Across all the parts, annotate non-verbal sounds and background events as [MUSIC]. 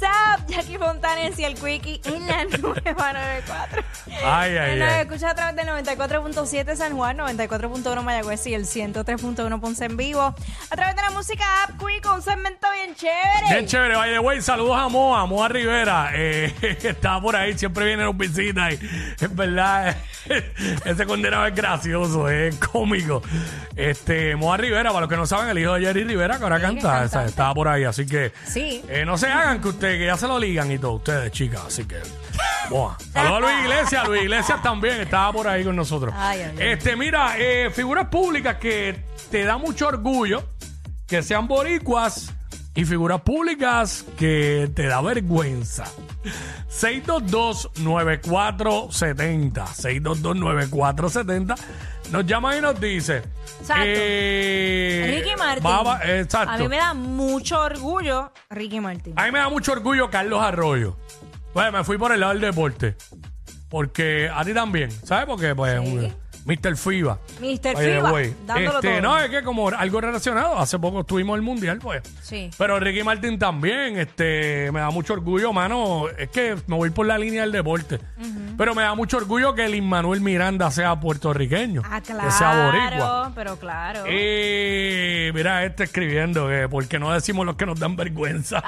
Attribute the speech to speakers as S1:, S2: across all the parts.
S1: up, Jackie Fontanes y el Quickie en la [LAUGHS] nueva 94.
S2: Ay, ay,
S1: Nos
S2: ay.
S1: escucha a través del 94.7 San Juan, 94.1 Mayagüez y el 103.1 Ponce en vivo. A través de la música App Quick, un segmento bien chévere.
S2: Bien chévere, by the way, saludos a Moa, Moa Rivera, eh, [LAUGHS] que está por ahí, siempre viene a nos visita y es verdad, [LAUGHS] ese condenado es gracioso, es cómico. Este, Moa Rivera, para los que no saben, el hijo de Jerry Rivera, que ahora
S1: que
S2: canta,
S1: cantante.
S2: o sea, estaba por ahí, así que
S1: Sí.
S2: eh, no se hagan que ustedes, que ya se lo ligan y todo, ustedes chicas, así que Moa. Saludos a Luis Iglesias, Luis Iglesias también estaba por ahí con nosotros.
S1: Ay, ay, ay.
S2: Este, mira, eh, figuras públicas que te da mucho orgullo que sean boricuas y figuras públicas que te da vergüenza. 622-9470. 622-9470. Nos llama y nos dice.
S1: Exacto.
S2: eh,
S1: Ricky Martin.
S2: baba- exacto.
S1: A mí me da mucho orgullo Ricky Martin.
S2: mucho orgullo Carlos Arroyo. Pues me fui por el lado del deporte. Porque a ti también, ¿sabes? Porque, pues, un- Mr. FIBA.
S1: Mr.
S2: By the
S1: FIBA,
S2: way.
S1: dándolo
S2: Este,
S1: todo.
S2: No, es que como algo relacionado, hace poco estuvimos en el mundial, pues.
S1: Sí.
S2: Pero Ricky Martin también, este, me da mucho orgullo, mano. Es que me voy por la línea del deporte. Pero me da mucho orgullo que el Manuel Miranda sea puertorriqueño.
S1: Ah,
S2: Que sea boricua.
S1: claro, pero claro.
S2: Eh, mira, este escribiendo que porque no decimos los que nos dan vergüenza.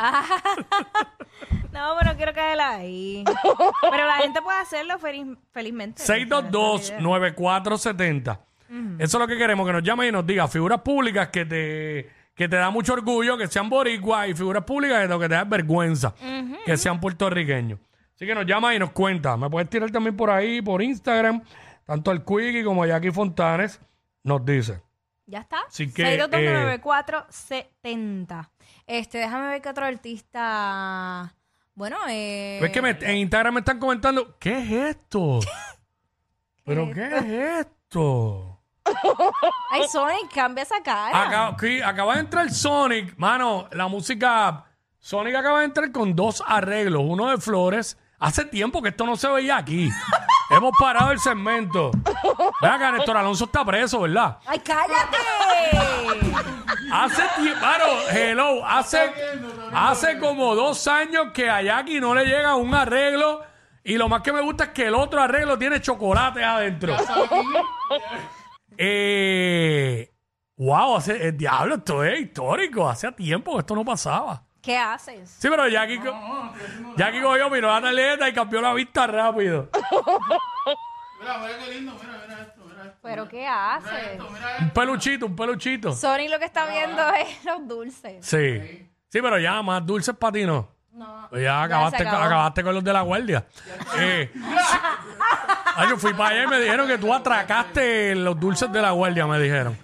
S1: No, pero quiero caer ahí. pero la gente puede hacerlo feliz- felizmente.
S2: 622-9470. Eso es lo que queremos, que nos llame y nos diga figuras públicas que te, que te da mucho orgullo, que sean boricuas y figuras públicas que lo que te da es vergüenza, que sean puertorriqueños. Así que nos llama y nos cuenta. Me puedes tirar también por ahí, por Instagram, tanto el Quickie como Jackie Fontanes nos dice.
S1: Ya está.
S2: Así que,
S1: 6229470. Este, déjame ver qué otro artista. Bueno, eh.
S2: Es Pues que me- en Instagram me están comentando, ¿qué es [LAUGHS] esto? ¿Pero qué es esto?
S1: Ay, Sonic, cambia esa cara.
S2: Acaba, sí, acaba de entrar Sonic, mano, la música. Sonic acaba de entrar con dos arreglos, uno de Flores. Hace tiempo que esto no se veía aquí. Hemos parado el segmento. Ven acá, Néstor Alonso está preso, ¿verdad?
S1: ¡Ay, cállate!
S2: Hace tiempo, mano, hello, hace, hace como dos años que a Jackie no le llega un arreglo. Y lo más que me gusta es que el otro arreglo tiene chocolate adentro. Eh, wow, hace, el diablo, esto es histórico. Hace tiempo que esto no pasaba.
S1: ¿Qué haces?
S2: Sí, pero Jackie, co- Jackie cogió, miró la tarjeta y cambió la vista rápido.
S1: ¿Pero qué haces?
S2: Un peluchito, un peluchito.
S1: Sonic lo que está viendo es los dulces.
S2: Sí. Sí, pero ya más dulces para ti, ¿no?
S1: No.
S2: Pues ya acabaste,
S1: se acabó.
S2: acabaste con los de la guardia. Eh, ay, yo fui para allá y me dijeron que tú atracaste los dulces de la guardia, me dijeron.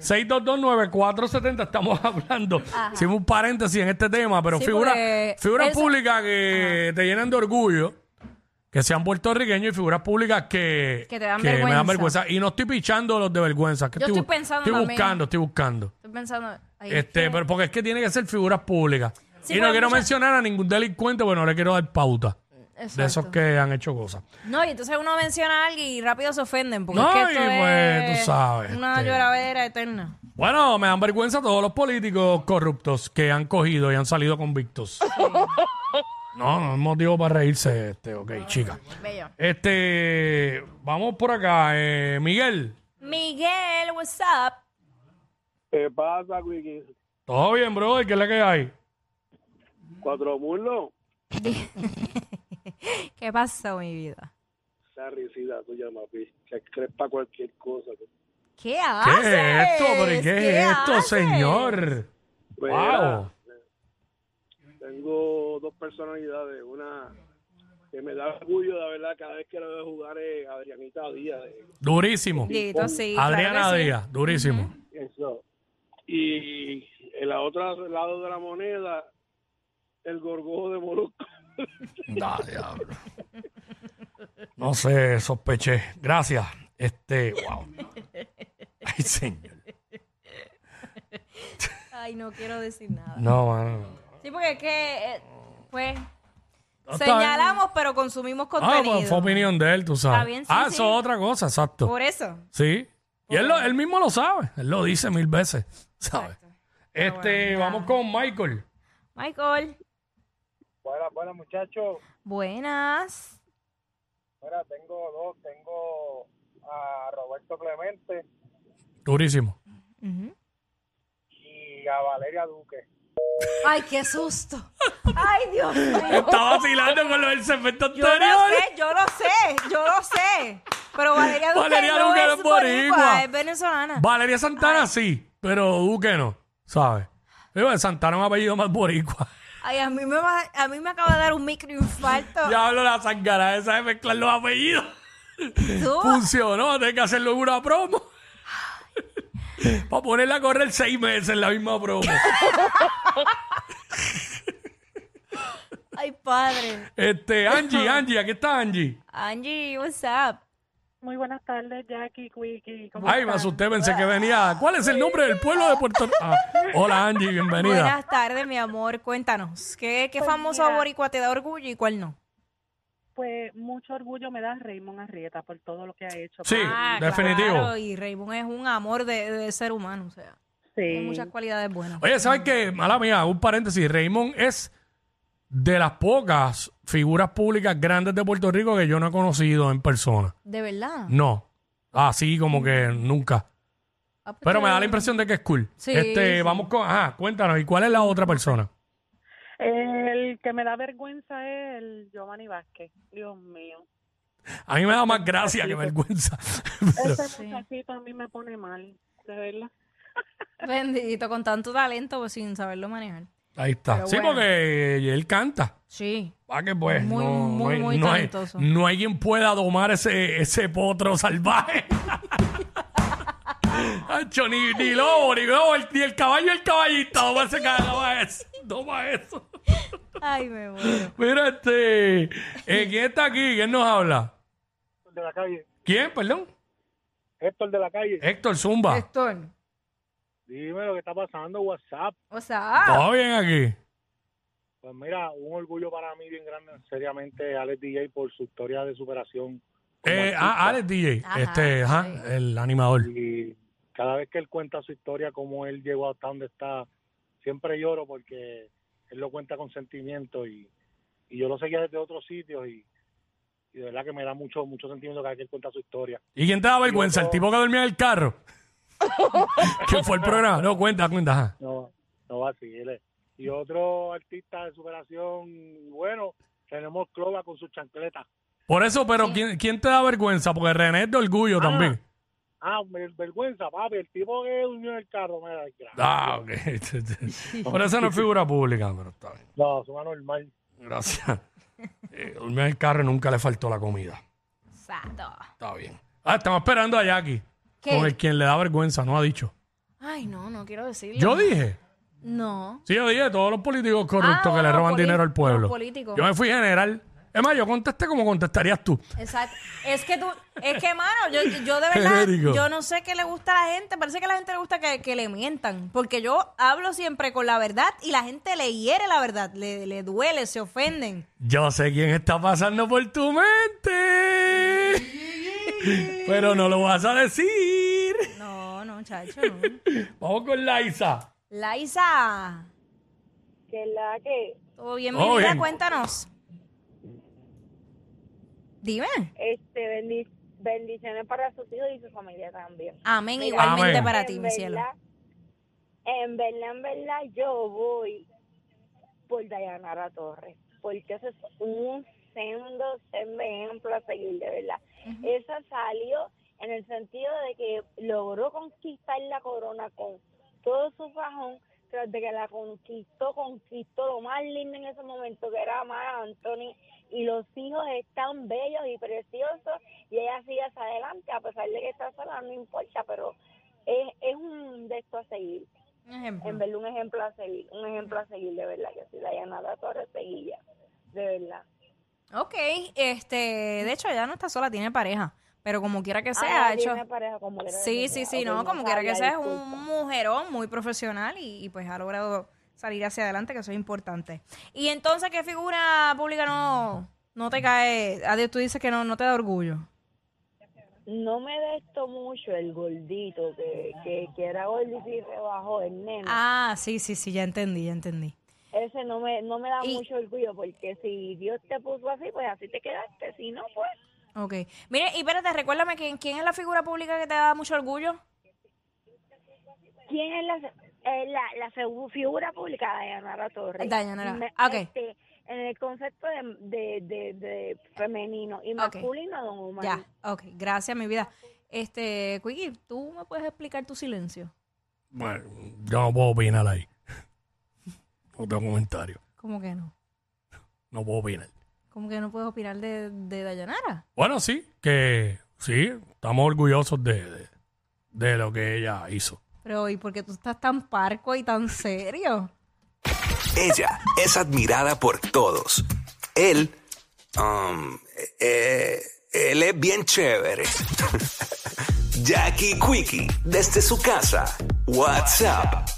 S2: 6229470 estamos hablando. Hicimos un paréntesis en este tema, pero
S1: Sí,
S2: figura-
S1: porque
S2: figuras
S1: eso-
S2: públicas que te llenan de orgullo, que sean puertorriqueños y figuras públicas que,
S1: Que te dan
S2: me dan
S1: vergüenza.
S2: vergüenza. Y no estoy pichando los de vergüenza. Que
S1: Yo
S2: bu-
S1: estoy pensando
S2: Estoy
S1: también.
S2: buscando, estoy buscando.
S1: Estoy pensando. Ay,
S2: Este, pero porque es que tiene que ser figuras públicas.
S1: Sí,
S2: y no
S1: pero
S2: quiero
S1: muchas-
S2: mencionar a ningún delincuente, bueno, no le quiero dar pauta
S1: exacto.
S2: de esos que han hecho cosas.
S1: No, y entonces uno menciona a alguien y rápido se ofenden. Porque
S2: No,
S1: es que esto
S2: y pues,
S1: es
S2: tú sabes,
S1: Una
S2: este-
S1: lloradera eterna.
S2: Bueno, me dan vergüenza todos los políticos corruptos que han cogido y han salido convictos. No, no es motivo para reírse, este, ok, chica.
S1: Bello.
S2: Este, vamos por acá, eh, Miguel.
S1: Miguel, what's up?
S3: ¿Qué pasa, Quickie?
S2: Todo bien, brother, ¿qué es la que hay?
S3: Cuatro muslos.
S1: ¿Qué pasó, mi vida?
S3: Esa risita tuya, papi. Se crepa cualquier cosa.
S1: ¿Qué
S2: ¿Qué
S1: haces?
S2: es esto? pero ¿Qué, es esto,
S1: haces?
S2: señor?
S3: Mira,
S2: Wow.
S3: Pues, Tengo dos personalidades. Una que me da orgullo, la verdad, cada vez que lo veo jugar es Adrianita Díaz. eh, de-
S2: Durísimo.
S1: Dito, sí, claro que
S2: Adriana
S1: sí.
S2: Díaz, durísimo.
S3: Eso. Y el otro lado de la moneda el gorgojo de Molusco.
S2: [LAUGHS] Da, diablo. No sé, sospeché. Gracias. Este, wow. Ay, señor.
S1: Ay, no quiero decir nada.
S2: No, mano.
S1: Sí, porque es que, eh, pues,
S2: Está bien.
S1: señalamos, pero consumimos
S2: Ah, pues fue
S1: contenido.
S2: opinión de él, tú sabes.
S1: Está bien, sí,
S2: ah,
S1: sí.
S2: eso es otra cosa, exacto.
S1: Por eso.
S2: Sí. Y él, lo- él mismo lo sabe. Él lo dice mil veces, [LAUGHS] ¿sabes? Este, vamos con Michael.
S1: Michael,
S3: Buenas, buenas, muchachos.
S1: buenas.
S3: Mira, tengo dos. Tengo a Roberto Clemente
S2: Durísimo.
S3: y a Valeria Duque.
S1: Ay, qué susto. Ay, Dios mío. [LAUGHS]
S2: Estaba vacilando con lo del segmento
S1: Yo
S2: anterior.
S1: lo sé, yo lo sé, yo lo sé. Pero Valeria Duque
S2: Valeria
S1: no
S2: Duque
S1: es
S2: no es boricua.
S1: boricua, es venezolana.
S2: Valeria Santana sí, pero Duque no, ¿sabes? Digo, Santana es un apellido más boricua.
S1: Ay, a mí me va, a mí me acaba de dar un microinfarto.
S2: Ya hablo la sangara esa de mezclar los apellidos.
S1: Tú,
S2: Funcionó, tenés que hacerlo en una promo. Para ponerla a correr seis meses en la misma promo.
S1: ay, padre.
S2: Este, Angie, Angie, aquí está Angie.
S1: Angie, what's up?
S4: Muy buenas tardes, Jackie, Quickie. ¿cómo
S2: Ay, me
S4: están?
S2: asusté, pensé que venía. ¿Cuál es el nombre del pueblo de Puerto Rico? Ah, hola Angie, bienvenida.
S1: Buenas tardes, mi amor. Cuéntanos, ¿qué, qué
S4: Pues
S1: famoso
S4: mira.
S1: boricua te da orgullo y cuál no?
S4: Pues mucho orgullo me da Raymond Arrieta por todo lo que ha hecho. Ah,
S2: Sí, definitivo.
S1: Ah, claro, y Raymond es un amor de, de ser humano, o sea,
S4: Sí.
S1: tiene muchas cualidades buenas.
S2: Oye, ¿sabes qué? Mala mía, un paréntesis. Raymond es de las pocas figuras públicas grandes de Puerto Rico que yo no he conocido en persona.
S1: De verdad.
S2: No. Así como que nunca.
S1: Ah, pues
S2: Pero
S1: tú
S2: me da la
S1: eres-
S2: impresión de que es cool.
S1: Sí,
S2: este,
S1: sí.
S2: vamos con. Ajá, cuéntanos, ¿y cuál es la otra persona?
S4: El que me da vergüenza es el Giovanni Vázquez. Dios mío.
S2: A mí me da más gracia que vergüenza. Pero-
S4: Ese muchachito a mí me pone mal, de verdad.
S1: Bendito, con tanto talento, pues sin saberlo manejar.
S2: ahí está.
S1: Pero
S2: sí,
S1: bueno.
S2: porque él canta.
S1: Sí.
S2: Va que pues.
S1: Muy,
S2: no, no
S1: muy,
S2: hay,
S1: muy
S2: no, hay,
S1: talentoso.
S2: no hay quien pueda domar ese, ese potro salvaje. [LAUGHS] Ancho, ni, ni lobo, ni lobo, el- ni el caballo, el caballito. Doma ese caballo, doma eso. Doma eso.
S1: Ay, me muero.
S2: Mira, este. eh, ¿Quién está aquí? ¿Quién nos habla?
S3: De la calle.
S2: ¿Quién, perdón?
S3: Héctor de la calle.
S2: Héctor Zumba.
S1: Héctor,
S3: Dime lo que está pasando, WhatsApp.
S1: o sea,
S2: ¿Todo bien aquí?
S3: Pues mira, un orgullo para mí bien grande, seriamente, Alex DJ por su historia de superación. como
S2: Eh,
S3: artista.
S2: ah, Alex DJ,
S1: Ajá,
S2: este, ajá,
S1: sí.
S2: el animador.
S3: Y cada vez que él cuenta su historia, cómo él llegó hasta donde está, siempre lloro porque él lo cuenta con sentimiento y, y yo lo seguía desde otros sitios y, y de verdad que me da mucho mucho sentimiento cada vez que él cuenta su historia.
S2: ¿Y quién te da vergüenza? ¿El
S3: otro-
S2: tipo que dormía en
S1: [LAUGHS]
S2: el carro? ¿Quién fue el programa? No, cuenta, cuenta, ajá.
S3: No, no va así. Él es. Y otro artista de superación, bueno, tenemos Clova con sus chancletas.
S2: Por eso, pero ¿quién, quién te da vergüenza? Porque René es de orgullo también.
S3: Ah, me- vergüenza, papi, el tipo que unió en el carro, me da gracia.
S2: Ah, ok. [LAUGHS] Por eso no es figura pública, pero está bien.
S3: No, es un anormal.
S1: [LAUGHS]
S2: Gracias. Eh, dormía en el carro y nunca le faltó la comida.
S1: Sato.
S2: Está bien. Ah, estamos esperando a Jackie.
S1: ¿Qué?
S2: Con el quien le da vergüenza, no ha dicho.
S1: Ay, no, no quiero decirlo.
S2: Yo dije.
S1: No.
S2: Sí, yo dije, todos los políticos corruptos
S1: Ah,
S2: que le
S1: los
S2: roban
S1: poli-
S2: dinero al pueblo.
S1: los políticos.
S2: Yo me fui general. Es más, yo contesté como contestarías tú.
S1: Exacto. Es que tú, es que, mano, yo, yo
S2: [LAUGHS]
S1: de verdad,
S2: Genérico.
S1: yo no sé qué le gusta a la gente. Parece que a la gente le gusta que, que le mientan. Porque yo hablo siempre con la verdad y la gente le hiere la verdad. Le, le duele, se ofenden.
S2: Yo sé quién está pasando por tu mente. [LAUGHS] pero no lo vas a decir.
S1: No, no, chacho, no.
S2: Vamos con Laisa.
S1: Laisa,
S4: Que la que,
S1: ¿todo bien,
S2: Todo
S1: mi vida?
S2: bien.
S1: Cuéntanos. Dime.
S4: este, bendiciones para sus hijos y su familia también.
S1: Amén,
S4: Mira,
S1: igualmente
S2: Amén.
S1: para
S4: en
S1: ti, mi
S4: verdad,
S1: cielo.
S4: En verdad, en verdad, yo voy por Dayanara Torres, porque eso es un sendo, sendo ejemplo a seguir, de verdad. Esa salió en el sentido de que logró conquistar la corona con todo su fajón, tras de que la conquistó, conquistó lo más lindo en ese momento, que era Mara Anthony, y los hijos están bellos y preciosos, y ella sigue hacia adelante, a pesar de que está sola, no importa, pero es, es un de esto a seguir.
S1: Un ejemplo.
S4: En verdad, un ejemplo a seguir, un ejemplo a seguir, de verdad, que si Dayanara Torres seguía, de verdad.
S1: Ok, este, de hecho ya no está sola, tiene pareja, pero como quiera que sea,
S4: Ah,
S1: ha hecho...
S4: tiene pareja, como quiera que
S1: Sí,
S4: sea.
S1: sí, sí,
S4: Ok,
S1: no, como quiera que
S4: sabía,
S1: sea, es un
S4: disculpa.
S1: mujerón muy profesional y, y, pues ha logrado salir hacia adelante, que eso es importante. Y entonces, ¿qué figura pública no, no te cae? Adiós, tú dices que no, no te da orgullo.
S4: No me de esto mucho el gordito, que, que, que era gordito y rebajó el nene.
S1: Ah, sí, sí, sí, ya entendí, ya entendí.
S4: Ese no me, no me da
S1: Y-
S4: mucho orgullo, porque si Dios te puso así, pues así te quedaste. Si no, pues
S1: Ok. Mire, y espérate, recuérdame, ¿quién, quién es la figura pública que te da mucho orgullo?
S4: ¿Quién es la, eh, la, la segu- figura pública? Dayanara Torres.
S1: Dayanara,
S4: Me-
S1: ah, ok.
S4: este, en el concepto de, de, de, de femenino y masculino, don Omar.
S1: Ya, ok, gracias, mi vida. Este, Quiggy, ¿tú me puedes explicar tu silencio?
S2: Bueno, yo no puedo opinar ahí. No tengo comentario.
S1: ¿Cómo que no?
S2: No puedo opinar.
S1: ¿Cómo que no puedes opinar de, de Dayanara?
S2: Bueno, sí, que sí, estamos orgullosos de, de, de lo que ella hizo.
S1: Pero, ¿y por qué tú estás tan parco y tan serio?
S5: Ella es admirada por todos. Él, um, eh, él es bien chévere. [LAUGHS] Jackie Quickie, desde su casa. WhatsApp,